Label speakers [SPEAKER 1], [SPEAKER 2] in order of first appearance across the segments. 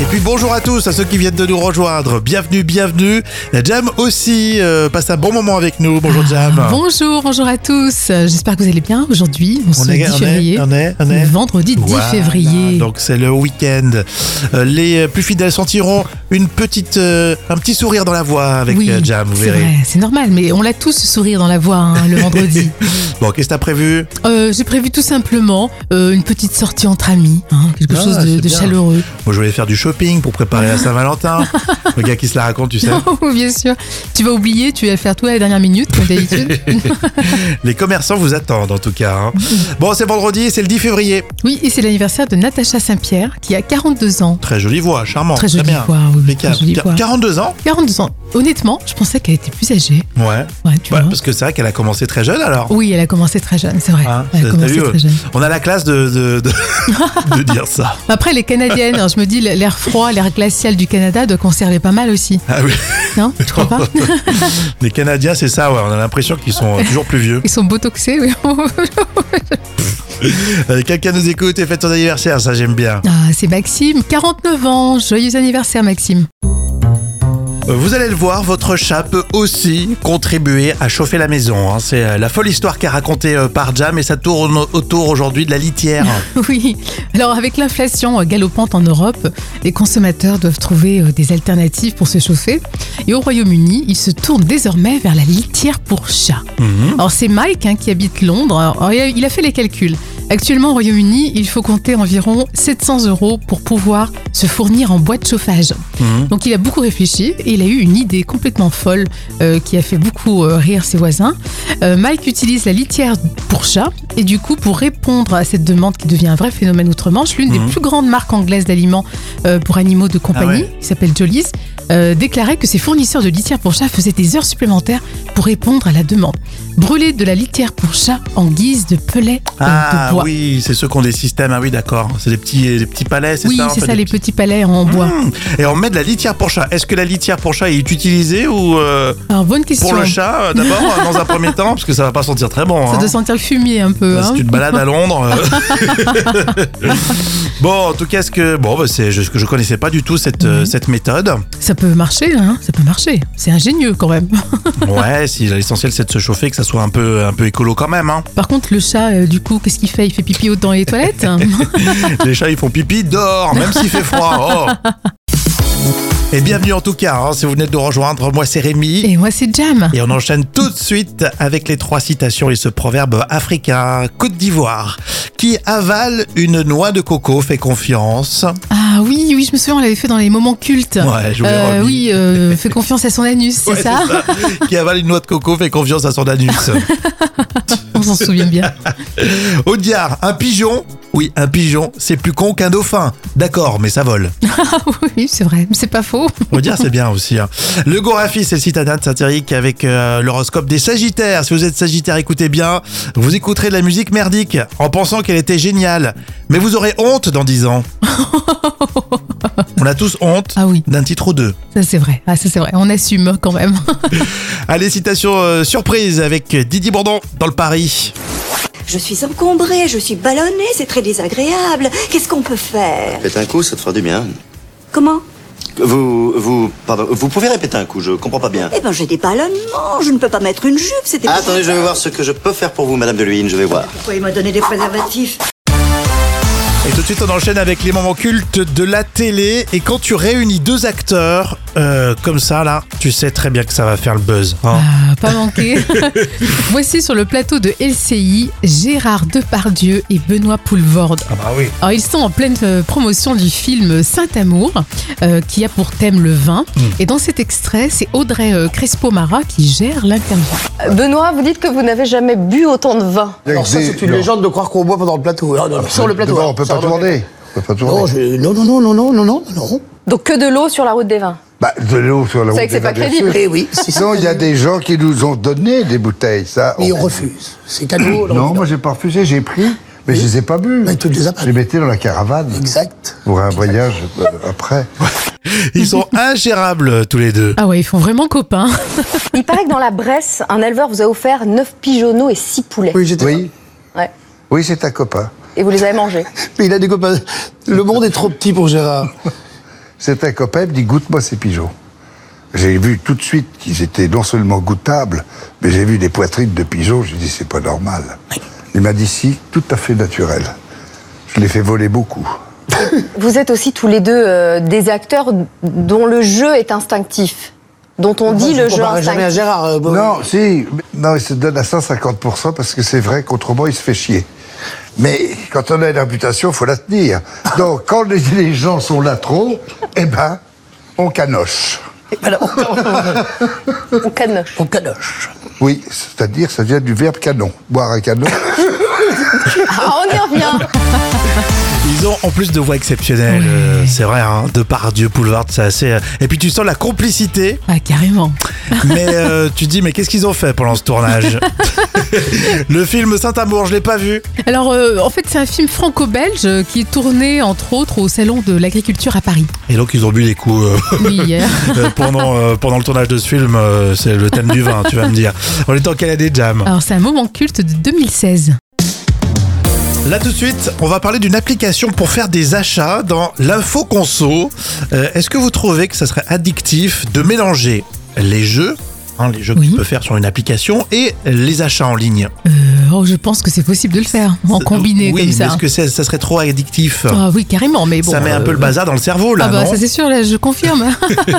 [SPEAKER 1] Et puis bonjour à tous, à ceux qui viennent de nous rejoindre. Bienvenue, bienvenue. La Jam aussi euh, passe un bon moment avec nous. Bonjour
[SPEAKER 2] Ah,
[SPEAKER 1] Jam.
[SPEAKER 2] Bonjour, bonjour à tous. Euh, J'espère que vous allez bien. Aujourd'hui, on, se
[SPEAKER 1] est-
[SPEAKER 2] 10
[SPEAKER 1] on,
[SPEAKER 2] février.
[SPEAKER 1] est, on est, on est.
[SPEAKER 2] Vendredi 10
[SPEAKER 1] Voilà,
[SPEAKER 2] février.
[SPEAKER 1] Donc c'est le week-end. Euh, les plus fidèles sentiront une petite, euh, un petit sourire dans la voix avec
[SPEAKER 2] oui,
[SPEAKER 1] euh, Jam, vous
[SPEAKER 2] c'est
[SPEAKER 1] verrez.
[SPEAKER 2] vrai, c'est normal, mais on l'a tous ce sourire dans la voix hein, le vendredi.
[SPEAKER 1] Bon, qu'est-ce que t'as prévu
[SPEAKER 2] Euh, J'ai prévu tout simplement euh, une petite sortie entre amis, hein, quelque
[SPEAKER 1] Ah,
[SPEAKER 2] chose
[SPEAKER 1] c'est
[SPEAKER 2] de, de
[SPEAKER 1] bien.
[SPEAKER 2] chaleureux.
[SPEAKER 1] Moi, je voulais faire du shopping pour préparer à Saint-Valentin. le gars qui se la raconte, tu sais.
[SPEAKER 2] Oh, bien sûr. Tu vas oublier, tu vas faire tout à la dernière minute, comme d'habitude.
[SPEAKER 1] Les commerçants vous attendent en tout cas. hein. Bon, c'est vendredi, c'est le 10 février.
[SPEAKER 2] oui, et c'est l'anniversaire de Natacha Saint-Pierre, qui a 42 ans.
[SPEAKER 1] Oh, Très jolie voix, charmant.
[SPEAKER 2] Très jolie
[SPEAKER 1] bien.
[SPEAKER 2] voix, oui,
[SPEAKER 1] Impeccable.
[SPEAKER 2] très jolie
[SPEAKER 1] Quar-
[SPEAKER 2] voix.
[SPEAKER 1] 42 ans
[SPEAKER 2] 42 ans. Honnêtement, je pensais qu'elle était plus âgée.
[SPEAKER 1] Ouais.
[SPEAKER 2] Ouais, tu
[SPEAKER 1] Ouais,
[SPEAKER 2] vois.
[SPEAKER 1] Bah, parce que c'est vrai qu'elle a commencé très jeune alors.
[SPEAKER 2] Oui, elle a commencé très jeune, c'est vrai.
[SPEAKER 1] Hein,
[SPEAKER 2] elle
[SPEAKER 1] t'as-
[SPEAKER 2] a
[SPEAKER 1] t'as
[SPEAKER 2] commencé
[SPEAKER 1] vu, euh,
[SPEAKER 2] très jeune.
[SPEAKER 1] On a la classe de, de, de- de dire ça.
[SPEAKER 2] Après, les Canadiennes, alors, je me dis, l'air froid, l'air glacial du Canada doit conserver pas mal aussi.
[SPEAKER 1] Ah oui.
[SPEAKER 2] Non Tu crois pas
[SPEAKER 1] Les Canadiens, c'est ça, ouais. On a l'impression qu'ils sont toujours plus vieux.
[SPEAKER 2] Ils sont botoxés, oui.
[SPEAKER 1] Euh, Quelqu'un nous écoute et fête ton anniversaire, ça j'aime bien.
[SPEAKER 2] Ah, c'est Maxime, 49 ans. Joyeux anniversaire, Maxime.
[SPEAKER 1] Euh, Vous allez le voir, votre chat peut aussi contribuer à chauffer la maison. hein. C'est euh, la folle histoire qu'a racontée euh, par Jam et ça tourne autour aujourd'hui de la litière.
[SPEAKER 2] Oui. Alors, avec l'inflation euh, galopante en Europe, les consommateurs doivent trouver euh, des alternatives pour se chauffer. Et au Royaume-Uni, ils se tournent désormais vers la litière pour chat.
[SPEAKER 1] Mhm.
[SPEAKER 2] Alors, c'est Mike hein, qui habite Londres. Alors, il a- il a fait les calculs. Actuellement, au Royaume-Uni, il faut compter environ 700 euros pour pouvoir se fournir en bois de chauffage.
[SPEAKER 1] Mhm.
[SPEAKER 2] Donc il a beaucoup réfléchi et il a eu une idée complètement folle euh, qui a fait beaucoup euh, rire ses voisins. Euh, Mike utilise la litière pour chat et du coup pour répondre à cette demande qui devient un vrai phénomène outre-Manche, l'une
[SPEAKER 1] Mhm.
[SPEAKER 2] des plus grandes marques anglaises d'aliments euh, pour animaux de compagnie,
[SPEAKER 1] Ah ouais.
[SPEAKER 2] qui s'appelle Jolly's, euh, déclarait que ses fournisseurs de litière pour chat faisaient des heures supplémentaires pour répondre à la demande. Brûler de la litière pour chat en guise de pellet euh,
[SPEAKER 1] Ah
[SPEAKER 2] de bois.
[SPEAKER 1] oui, c'est ceux qui ont des systèmes. Ah oui, d'accord. C'est des petits, des petits palais, c'est
[SPEAKER 2] Oui,
[SPEAKER 1] ça en fait,
[SPEAKER 2] c'est ça,
[SPEAKER 1] des Mmh.
[SPEAKER 2] les petits palais en bois.
[SPEAKER 1] petits- Et on met de la litière pour chat. Est-ce que la litière pour chat est utilisée ou euh,
[SPEAKER 2] Alors, bonne question.
[SPEAKER 1] pour le chat euh, d'abord, euh, dans un premier temps Parce que ça va pas sentir très bon.
[SPEAKER 2] Ça
[SPEAKER 1] hein.
[SPEAKER 2] doit sentir le fumier un peu.
[SPEAKER 1] Euh,
[SPEAKER 2] hein.
[SPEAKER 1] Si tu te balades à Londres. euh. bon, en tout cas, ce que bon, bah, c'est je, je connaissais pas du tout cette, euh,
[SPEAKER 2] Mhm.
[SPEAKER 1] cette méthode.
[SPEAKER 2] Ça peut marcher, hein ça peut marcher. C'est ingénieux quand même.
[SPEAKER 1] Ouais, si l'essentiel c'est de se chauffer, que ça soit un peu un peu écolo quand même. hein.
[SPEAKER 2] Par contre, le chat, euh, du coup, qu'est-ce qu'il fait Il fait pipi dans les toilettes
[SPEAKER 1] Les chats, ils font pipi dehors, même s'il fait froid. Oh. Et bienvenue en tout cas, hein, si vous venez de nous rejoindre, moi c'est Rémi.
[SPEAKER 2] Et moi, c'est Jam.
[SPEAKER 1] Et on enchaîne tout de suite avec les trois citations et ce proverbe africain, Côte d'Ivoire. Qui avale une noix de coco fait confiance.
[SPEAKER 2] Ah oui, oui, je me souviens, on l'avait fait dans les moments cultes.
[SPEAKER 1] Ouais, je voulais
[SPEAKER 2] Euh,
[SPEAKER 1] revenir.
[SPEAKER 2] oui, euh, fais confiance à son anus, c'est
[SPEAKER 1] Ouais,
[SPEAKER 2] ça,
[SPEAKER 1] Qui avale une noix de coco fait confiance à son anus.
[SPEAKER 2] On s'en souvient bien.
[SPEAKER 1] Audiard, un pigeon. Oui, un pigeon, c'est plus con qu'un dauphin. D'accord, mais ça vole.
[SPEAKER 2] Ah oui, c'est vrai, c'est pas faux.
[SPEAKER 1] Faut dire, c'est bien aussi. hein. Le Gorafi, c'est le site internet satirique avec euh, l'horoscope des Sagittaires. Si vous êtes Sagittaire, écoutez bien. Vous écouterez de la musique merdique en pensant qu'elle était géniale. Mais vous aurez honte dans 10 ans. On a tous honte
[SPEAKER 2] Ah oui,
[SPEAKER 1] d'un titre ou deux.
[SPEAKER 2] ça c'est vrai. Ah ça c'est vrai, on assume quand même.
[SPEAKER 1] Allez, citation euh, surprise avec Didi Bourdon dans le Paris.
[SPEAKER 3] Je suis encombrée, je suis ballonnée, c'est très désagréable. Qu'est-ce qu'on peut faire
[SPEAKER 4] Répétez un coup, ça te fera du bien.
[SPEAKER 3] Comment
[SPEAKER 4] Vous, vous, pardon, vous pouvez répéter un coup, je comprends pas bien.
[SPEAKER 3] Eh ben j'ai des ballonnements, je ne peux pas mettre une jupe, c'était...
[SPEAKER 4] Ah, Attendez, je vais voir ce que je peux faire pour vous, Madame de Luynes, je vais voir.
[SPEAKER 3] Pourquoi il m'a donné des préservatifs
[SPEAKER 1] Et tout de suite, on enchaîne avec les moments cultes de la télé. Et quand tu réunis deux acteurs euh, comme ça, là, tu sais très bien que ça va faire le buzz. hein.
[SPEAKER 2] Ah, pas manqué. Voici sur le plateau de LCI Gérard Depardieu et Benoît Poulvorde.
[SPEAKER 1] Ah bah oui.
[SPEAKER 2] Alors, ils sont en pleine euh, promotion du film Saint-Amour, euh, qui a pour thème le vin. Et dans cet extrait, c'est Audrey euh, Crespo-Mara qui gère l'interview.
[SPEAKER 5] Benoît, vous dites que vous n'avez jamais bu autant de vin.
[SPEAKER 6] Alors ça, c'est une légende de croire qu'on boit pendant le plateau. Ah, non, non, sur le plateau.
[SPEAKER 7] D'abord, on
[SPEAKER 6] hein,
[SPEAKER 7] peut
[SPEAKER 6] ça
[SPEAKER 7] pas
[SPEAKER 6] remonte.
[SPEAKER 7] tourner. On peut pas tourner.
[SPEAKER 6] Non, je- non, non, non, non, non, non, non, non.
[SPEAKER 5] Donc que de l'eau sur la route des vins.
[SPEAKER 7] Bah, de l'eau sur la
[SPEAKER 5] C'est vrai
[SPEAKER 7] route
[SPEAKER 5] que c'est
[SPEAKER 7] des
[SPEAKER 5] pas
[SPEAKER 7] vins, bien
[SPEAKER 5] crédible.
[SPEAKER 7] sûr.
[SPEAKER 6] Eh oui, c'est ça.
[SPEAKER 7] Non, il y a des gens qui nous ont donné des bouteilles, ça.
[SPEAKER 6] Mais
[SPEAKER 7] on-
[SPEAKER 6] on refuse. C'est cadeau. alors on
[SPEAKER 7] Non,
[SPEAKER 6] dit
[SPEAKER 7] moi j'ai pas refusé, j'ai pris, mais je les ai pas bu.
[SPEAKER 6] Mais tu Bah, les as pas
[SPEAKER 7] Je les
[SPEAKER 6] bu.
[SPEAKER 7] mettais dans la caravane.
[SPEAKER 6] Exact.
[SPEAKER 7] Pour un voyage euh, après.
[SPEAKER 1] Ils sont ingérables tous les deux.
[SPEAKER 2] Ah ouais, ils font vraiment copains.
[SPEAKER 5] Il paraît que dans la Bresse, un éleveur vous a offert 9 pigeonneaux et 6 poulets.
[SPEAKER 6] Oui, j'étais.
[SPEAKER 7] Oui,
[SPEAKER 5] Ouais.
[SPEAKER 7] oui, c'est un copain.
[SPEAKER 5] Et vous les avez mangés.
[SPEAKER 6] Mais il a des copains. Le monde est trop petit pour Gérard.
[SPEAKER 7] C'est un copain qui me dit goûte-moi ces pigeons. J'ai vu tout de suite qu'ils étaient non seulement goûtables, mais j'ai vu des poitrines de pigeons. J'ai dit c'est pas normal. Il m'a dit si, tout à fait naturel. Je l'ai fait voler beaucoup.
[SPEAKER 5] Vous êtes aussi tous les deux euh, des acteurs dont le jeu est instinctif, dont on dit le jeu
[SPEAKER 6] comparerai jamais à
[SPEAKER 5] instinctif.
[SPEAKER 6] Gérard. euh, bon.
[SPEAKER 7] Non, si, mais- non, il se donne à 150% parce que c'est vrai qu'autrement, il se fait chier. Mais quand on a une réputation, faut la tenir. Donc, quand les, les gens sont là trop, eh ben, on canoche.
[SPEAKER 5] On canoche.
[SPEAKER 6] On canoche.
[SPEAKER 7] Oui, c'est-à-dire, ça vient du verbe canon. Boire un canon.
[SPEAKER 5] Ah, on y revient.
[SPEAKER 1] Ils ont en plus de voix exceptionnelles, euh, c'est vrai, hein, de par Dieu Boulevard, c'est assez. euh, Et puis tu sens la complicité,
[SPEAKER 2] Ah, carrément.
[SPEAKER 1] mais euh, tu te dis, mais qu'est-ce qu'ils ont fait pendant ce tournage Le film Saint-Amour, je l'ai pas vu.
[SPEAKER 2] Alors, euh, en fait, c'est un film franco-belge euh, qui est tourné, entre autres, au Salon de l'Agriculture à Paris.
[SPEAKER 1] Et donc ils ont bu des coups euh,
[SPEAKER 2] Oui, hier.
[SPEAKER 1] euh, pendant, euh, pendant le tournage de ce film, euh, c'est le thème du vin, tu vas me dire. On est en Canada Jam.
[SPEAKER 2] Alors, c'est un moment culte de 2016.
[SPEAKER 1] Là tout de suite, on va parler d'une application pour faire des achats dans l'info conso. Euh, Est-ce que vous trouvez que ça serait addictif de mélanger les jeux, hein, les jeux que
[SPEAKER 2] Oui.
[SPEAKER 1] tu peux faire sur une application, et les achats en ligne
[SPEAKER 2] Oh, je pense que c'est possible de le faire, en combiné
[SPEAKER 1] Oui,
[SPEAKER 2] comme
[SPEAKER 1] mais
[SPEAKER 2] ça.
[SPEAKER 1] est-ce que c'est- ça serait trop addictif
[SPEAKER 2] Ah oui, carrément, mais bon.
[SPEAKER 1] Ça met un
[SPEAKER 2] euh,
[SPEAKER 1] peu le bazar dans le cerveau là,
[SPEAKER 2] Ah bah
[SPEAKER 1] non
[SPEAKER 2] ça c'est sûr, là je confirme.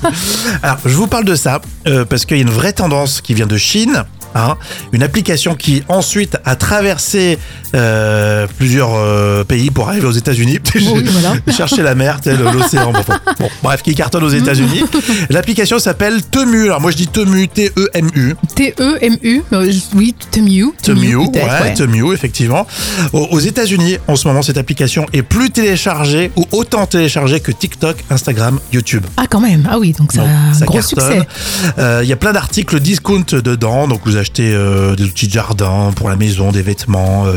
[SPEAKER 1] Alors, je vous parle de ça euh, parce qu'il y a une vraie tendance qui vient de Chine. hein. une application qui ensuite a traversé euh, plusieurs euh, pays pour arriver aux États-Unis.
[SPEAKER 2] Oui, voilà.
[SPEAKER 1] Chercher la mer, tu sais, le- l'océan. Bon, bon, bon, bref, qui cartonne aux États-Unis. L'application s'appelle Temu. Alors, moi, je dis Temu, E T-E-M-U.
[SPEAKER 2] T-E-M-U, euh, je- oui, Temu.
[SPEAKER 1] Temu, ouais,
[SPEAKER 2] peut-être, ouais.
[SPEAKER 1] Temu, effectivement. Aux, aux États-Unis, en ce moment, cette application est plus téléchargée ou autant téléchargée que TikTok, Instagram, YouTube.
[SPEAKER 2] Ah quand même, ah oui, donc ça, a
[SPEAKER 1] Donc,
[SPEAKER 2] un
[SPEAKER 1] ça
[SPEAKER 2] gros
[SPEAKER 1] cartonne.
[SPEAKER 2] succès.
[SPEAKER 1] Euh, Il y a plein d'articles discount dedans. Donc, vous achetez euh, des outils de jardin pour la maison, des vêtements. euh,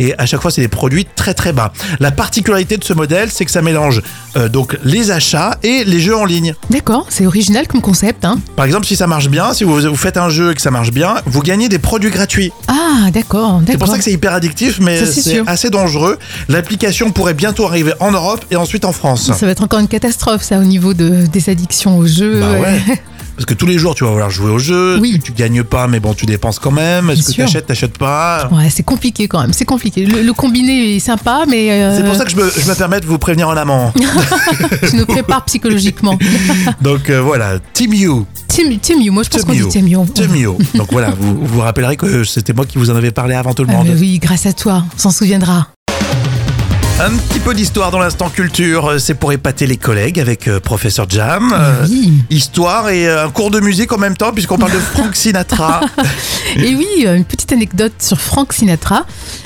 [SPEAKER 1] et à chaque fois, c'est des produits très, très bas. La particularité de ce modèle, c'est que ça mélange euh, donc les achats et les jeux en ligne.
[SPEAKER 2] D'accord, c'est original comme concept. Hein.
[SPEAKER 1] Par exemple, si ça marche bien, si vous, vous faites un jeu et que ça marche bien, vous gagnez des produits gratuits.
[SPEAKER 2] Ah d'accord,
[SPEAKER 1] C'est pour
[SPEAKER 2] d'accord.
[SPEAKER 1] ça que c'est hyper addictif, mais
[SPEAKER 2] Ça, c'est
[SPEAKER 1] c'est
[SPEAKER 2] sûr.
[SPEAKER 1] assez dangereux. L'application pourrait bientôt arriver en Europe et ensuite en France.
[SPEAKER 2] Ça va être encore une catastrophe ça au niveau de, des addictions au jeu.
[SPEAKER 1] Bah ouais. Parce que tous les jours, tu vas vouloir jouer au jeu.
[SPEAKER 2] Oui.
[SPEAKER 1] Tu, tu gagnes pas, mais bon, tu dépenses quand même.
[SPEAKER 2] Bien
[SPEAKER 1] Est-ce que tu
[SPEAKER 2] sûr.
[SPEAKER 1] achètes, t'achètes pas
[SPEAKER 2] Ouais, c'est compliqué quand même, c'est compliqué. Le, le combiné est sympa, mais euh,
[SPEAKER 1] C'est pour ça que je me, je me permets de vous prévenir en amont.
[SPEAKER 2] tu nous prépares psychologiquement.
[SPEAKER 1] Donc euh, voilà, Team You.
[SPEAKER 2] Temu, Temu, moi je pense qu'on
[SPEAKER 1] Team
[SPEAKER 2] dit
[SPEAKER 1] You.
[SPEAKER 2] Temu.
[SPEAKER 1] Team You. Donc voilà, vous vous vous rappellerez que c'était moi qui vous en avais parlé avant tout le
[SPEAKER 2] Ah,
[SPEAKER 1] monde.
[SPEAKER 2] bah oui, grâce à toi, on s'en souviendra.
[SPEAKER 1] Un petit peu d'histoire dans l'instant culture, euh, c'est pour épater les collègues avec euh, Professeur Jam. Euh,
[SPEAKER 2] Eh Oui.
[SPEAKER 1] Histoire et euh, un cours de musique en même temps, puisqu'on parle de Frank Sinatra.
[SPEAKER 2] Et oui, euh, une petite anecdote sur Frank Sinatra.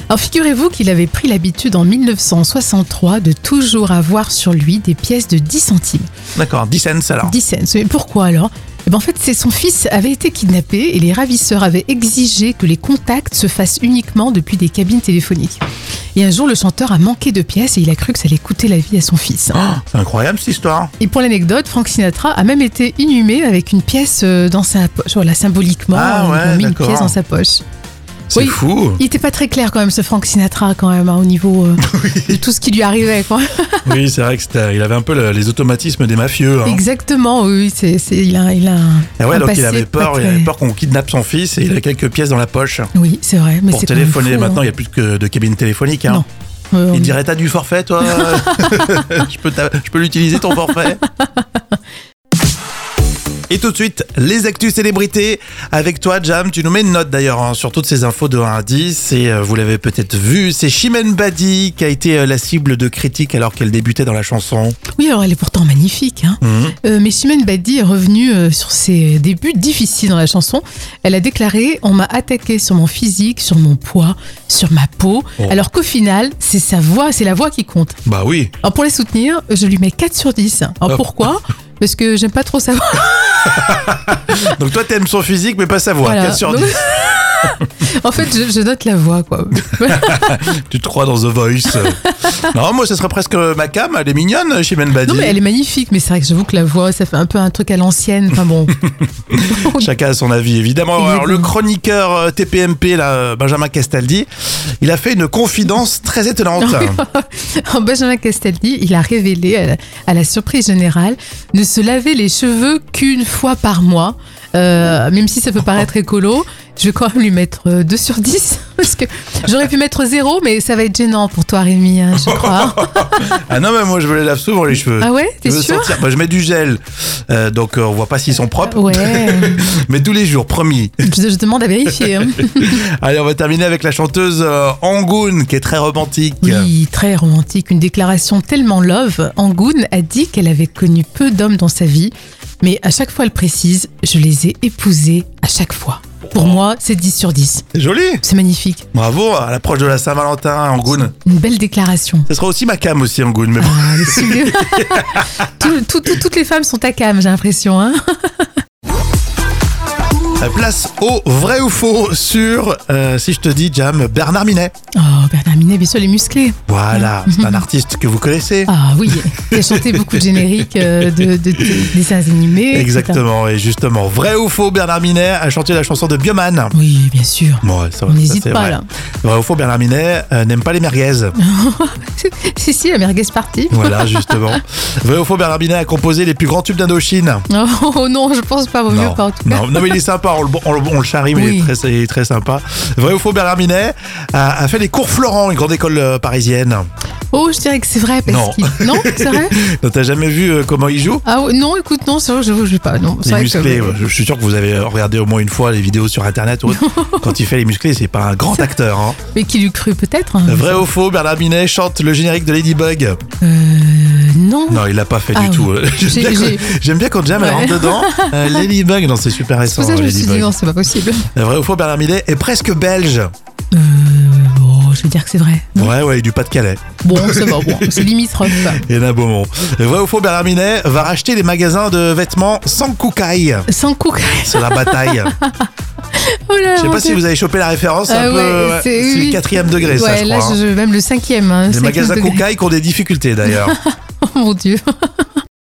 [SPEAKER 2] Alors figurez-vous qu'il avait pris l'habitude en 1963 de toujours avoir sur lui des pièces de 10 centimes.
[SPEAKER 1] D'accord, 10 cents alors.
[SPEAKER 2] 10 cents. Mais pourquoi alors Eh ben, En fait, c'est son fils avait été kidnappé et les ravisseurs avaient exigé que les contacts se fassent uniquement depuis des cabines téléphoniques. Et un jour, le chanteur a manqué de pièces et il a cru que ça allait coûter la vie à son fils.
[SPEAKER 1] C'est incroyable cette histoire.
[SPEAKER 2] Et pour l'anecdote, Frank Sinatra a même été inhumé avec une pièce euh, dans sa poche. Voilà, symboliquement,
[SPEAKER 1] Ah
[SPEAKER 2] on
[SPEAKER 1] ouais,
[SPEAKER 2] a mis une
[SPEAKER 1] d'accord.
[SPEAKER 2] pièce dans sa poche.
[SPEAKER 1] C'est
[SPEAKER 2] Oui.
[SPEAKER 1] fou.
[SPEAKER 2] Il était pas très clair quand même ce Frank Sinatra quand même hein, au niveau euh, de tout ce qui lui arrivait quoi.
[SPEAKER 1] Oui, c'est vrai que c'était- il avait un peu le- les automatismes des mafieux. hein.
[SPEAKER 2] Exactement oui c'est c'est- il a il a un-
[SPEAKER 1] Ah ouais,
[SPEAKER 2] un
[SPEAKER 1] donc
[SPEAKER 2] passé
[SPEAKER 1] il avait
[SPEAKER 2] pas
[SPEAKER 1] peur, il
[SPEAKER 2] très-
[SPEAKER 1] avait peur qu'on kidnappe son fils et il a quelques pièces dans la poche
[SPEAKER 2] Oui c'est vrai mais
[SPEAKER 1] pour
[SPEAKER 2] c'est quand même
[SPEAKER 1] téléphoner.
[SPEAKER 2] fou,
[SPEAKER 1] Maintenant,
[SPEAKER 2] hein.
[SPEAKER 1] il n'y a plus que de cabine téléphonique. hein.
[SPEAKER 2] Non. Euh,
[SPEAKER 1] Il dirait t'as du forfait, toi. je peux, t'a- je peux l'utiliser ton forfait. Et tout de suite, les actus célébrités. Avec toi, Jam, tu nous mets une note d'ailleurs hein, sur toutes ces infos de 1 à 10. Et euh, vous l'avez peut-être vu, c'est Chimène Badi qui a été euh, la cible de critiques alors qu'elle débutait dans la chanson.
[SPEAKER 2] oui alors elle est pourtant magnifique hein.
[SPEAKER 1] Mhm.
[SPEAKER 2] Euh, mais Chimène Badi est revenue euh, sur ses débuts difficiles dans la chanson. Elle a déclaré On m'a attaqué sur mon physique, sur mon poids, sur ma peau.
[SPEAKER 1] Oh.
[SPEAKER 2] Alors qu'au final, c'est sa voix, c'est la voix qui compte.
[SPEAKER 1] Bah oui.
[SPEAKER 2] Alors pour les soutenir, je lui mets 4 sur 10. Alors
[SPEAKER 1] Oh.
[SPEAKER 2] pourquoi Parce que j'aime pas trop sa voix.
[SPEAKER 1] Donc toi, t'aimes son physique, mais pas sa voix.
[SPEAKER 2] Voilà.
[SPEAKER 1] 4 sur 10.
[SPEAKER 2] Donc- En fait, je, je note la voix, quoi.
[SPEAKER 1] Tu te crois dans The Voice. euh. non, moi, ce serait presque ma cam. Elle est mignonne, Chimène Badi.
[SPEAKER 2] Non, mais elle est magnifique, mais c'est vrai que j'avoue que la voix, ça fait un peu un truc à l'ancienne. Enfin bon.
[SPEAKER 1] Chacun a son avis, évidemment. Alors, le chroniqueur euh, TPMP, là, euh, Benjamin Castaldi, il a fait une confidence très étonnante.
[SPEAKER 2] Benjamin Castaldi, il a révélé à la, à la surprise générale ne se laver les cheveux qu'une fois par mois. Euh, même si ça peut paraître écolo, je vais quand même lui mettre euh, 2 sur 10. Parce que j'aurais pu mettre 0, mais ça va être gênant pour toi, Rémi, hein, je crois.
[SPEAKER 1] ah non, mais moi, je me les lave souvent, les cheveux.
[SPEAKER 2] Ah ouais, t'es
[SPEAKER 1] Je veux
[SPEAKER 2] sûr
[SPEAKER 1] sentir- bah, je mets du gel, Euh, donc euh, on voit pas s'ils sont propres.
[SPEAKER 2] Ouais,
[SPEAKER 1] Mais tous les jours, promis.
[SPEAKER 2] je, je demande à vérifier. hein.
[SPEAKER 1] Allez, on va terminer avec la chanteuse euh, Angoun, qui est très romantique.
[SPEAKER 2] Oui, très romantique, une déclaration tellement love. Angoun a dit qu'elle avait connu peu d'hommes dans sa vie, mais à chaque fois elle précise, je les ai épousés à chaque fois. Pour moi, c'est 10 sur 10.
[SPEAKER 1] C'est joli.
[SPEAKER 2] C'est magnifique.
[SPEAKER 1] Bravo à l'approche de la Saint-Valentin, Angoun.
[SPEAKER 2] Une belle déclaration.
[SPEAKER 1] Ce sera aussi ma cam aussi, Angoun. Mais bon.
[SPEAKER 2] Ah, elle est sublime. Tout- tout- tout- toutes les femmes sont à cam, j'ai l'impression. Hein
[SPEAKER 1] Euh, Place au vrai ou faux sur, euh, si je te dis, Jam, Bernard Minet.
[SPEAKER 2] oh, Bernard Minet, bien sûr, les musclés.
[SPEAKER 1] Voilà, c'est un artiste que vous connaissez.
[SPEAKER 2] Mm. Ah oui, il a chanté beaucoup de génériques euh, de, de- de dessins animés. etc.
[SPEAKER 1] Exactement, et justement, vrai ou faux, Bernard Minet a chanté la chanson de Bioman.
[SPEAKER 2] Oui, bien sûr.
[SPEAKER 1] Bon, ouais, ça,
[SPEAKER 2] On
[SPEAKER 1] ça,
[SPEAKER 2] n'hésite
[SPEAKER 1] c'est
[SPEAKER 2] pas,
[SPEAKER 1] vrai.
[SPEAKER 2] là.
[SPEAKER 1] Vrai ou faux, Bernard Minet euh, n'aime pas les merguez.
[SPEAKER 2] si, si, la merguez partie.
[SPEAKER 1] Voilà, justement. Vrai ou faux, Bernard Minet a composé les plus grands tubes d'Indochine.
[SPEAKER 2] Oh, non, je pense pas, vaut mieux
[SPEAKER 1] Non,
[SPEAKER 2] pas en tout cas.
[SPEAKER 1] non, non, mais il est sympa, on le, on le- on le charrie, mais
[SPEAKER 2] Oui.
[SPEAKER 1] il, est très, il est très sympa. Vrai ou faux, Bernard Minet a, a fait les cours Florent, une grande école euh, parisienne.
[SPEAKER 2] Oh, je dirais que c'est vrai parce
[SPEAKER 1] Non.
[SPEAKER 2] qu'il- Non, c'est vrai
[SPEAKER 1] Donc, T'as jamais vu euh, comment il joue
[SPEAKER 2] Ah ouais, non, écoute, non, c'est vrai, je je vais pas. Non, c'est
[SPEAKER 1] les
[SPEAKER 2] vrai
[SPEAKER 1] musclés,
[SPEAKER 2] que...
[SPEAKER 1] ouais, je je suis sûr que vous avez regardé au moins une fois les vidéos sur internet ou autre. Quand il fait les musclés, c'est pas un grand acteur. hein.
[SPEAKER 2] Mais qui lui cru peut-être hein.
[SPEAKER 1] Vrai ou faux, Bernard Minet chante le générique de Ladybug.
[SPEAKER 2] Euh, non.
[SPEAKER 1] Non, il l'a pas fait
[SPEAKER 2] Ah
[SPEAKER 1] du
[SPEAKER 2] oui.
[SPEAKER 1] tout. J'aime
[SPEAKER 2] J'ai-
[SPEAKER 1] bien
[SPEAKER 2] j'ai-
[SPEAKER 1] quand- J'aime bien quand Jam elle
[SPEAKER 2] Ouais.
[SPEAKER 1] rentre dedans. Euh, Ladybug, non, c'est super
[SPEAKER 2] C'est pour
[SPEAKER 1] récent.
[SPEAKER 2] ça que je me suis dit
[SPEAKER 1] Ladybug.
[SPEAKER 2] non, c'est pas possible.
[SPEAKER 1] Vrai ou faux, Bernard Minet est presque belge.
[SPEAKER 2] Oh, je veux dire que c'est vrai.
[SPEAKER 1] Ouais, ouais, il est du Pas-de-Calais.
[SPEAKER 2] Bon, ça va, bon, c'est limitrophe.
[SPEAKER 1] Et là, Beaumont. Vrai ou faux, Bernard Minet va racheter les magasins de vêtements sans koukaï
[SPEAKER 2] Sans coup.
[SPEAKER 1] sur la bataille.
[SPEAKER 2] Oh là,
[SPEAKER 1] Je sais
[SPEAKER 2] mon
[SPEAKER 1] pas si
[SPEAKER 2] Dieu.
[SPEAKER 1] vous avez chopé la référence, c'est
[SPEAKER 2] Ah
[SPEAKER 1] un peu
[SPEAKER 2] ouais,
[SPEAKER 1] ouais,
[SPEAKER 2] c'est-
[SPEAKER 1] c'est
[SPEAKER 2] oui.
[SPEAKER 1] le quatrième degré,
[SPEAKER 2] ouais,
[SPEAKER 1] ça, je
[SPEAKER 2] là,
[SPEAKER 1] crois. hein.
[SPEAKER 2] je- même le cinquième. Hein,
[SPEAKER 1] Les
[SPEAKER 2] cinquième
[SPEAKER 1] magasins
[SPEAKER 2] degré.
[SPEAKER 1] Koukaï qui ont des difficultés d'ailleurs.
[SPEAKER 2] Oh mon dieu.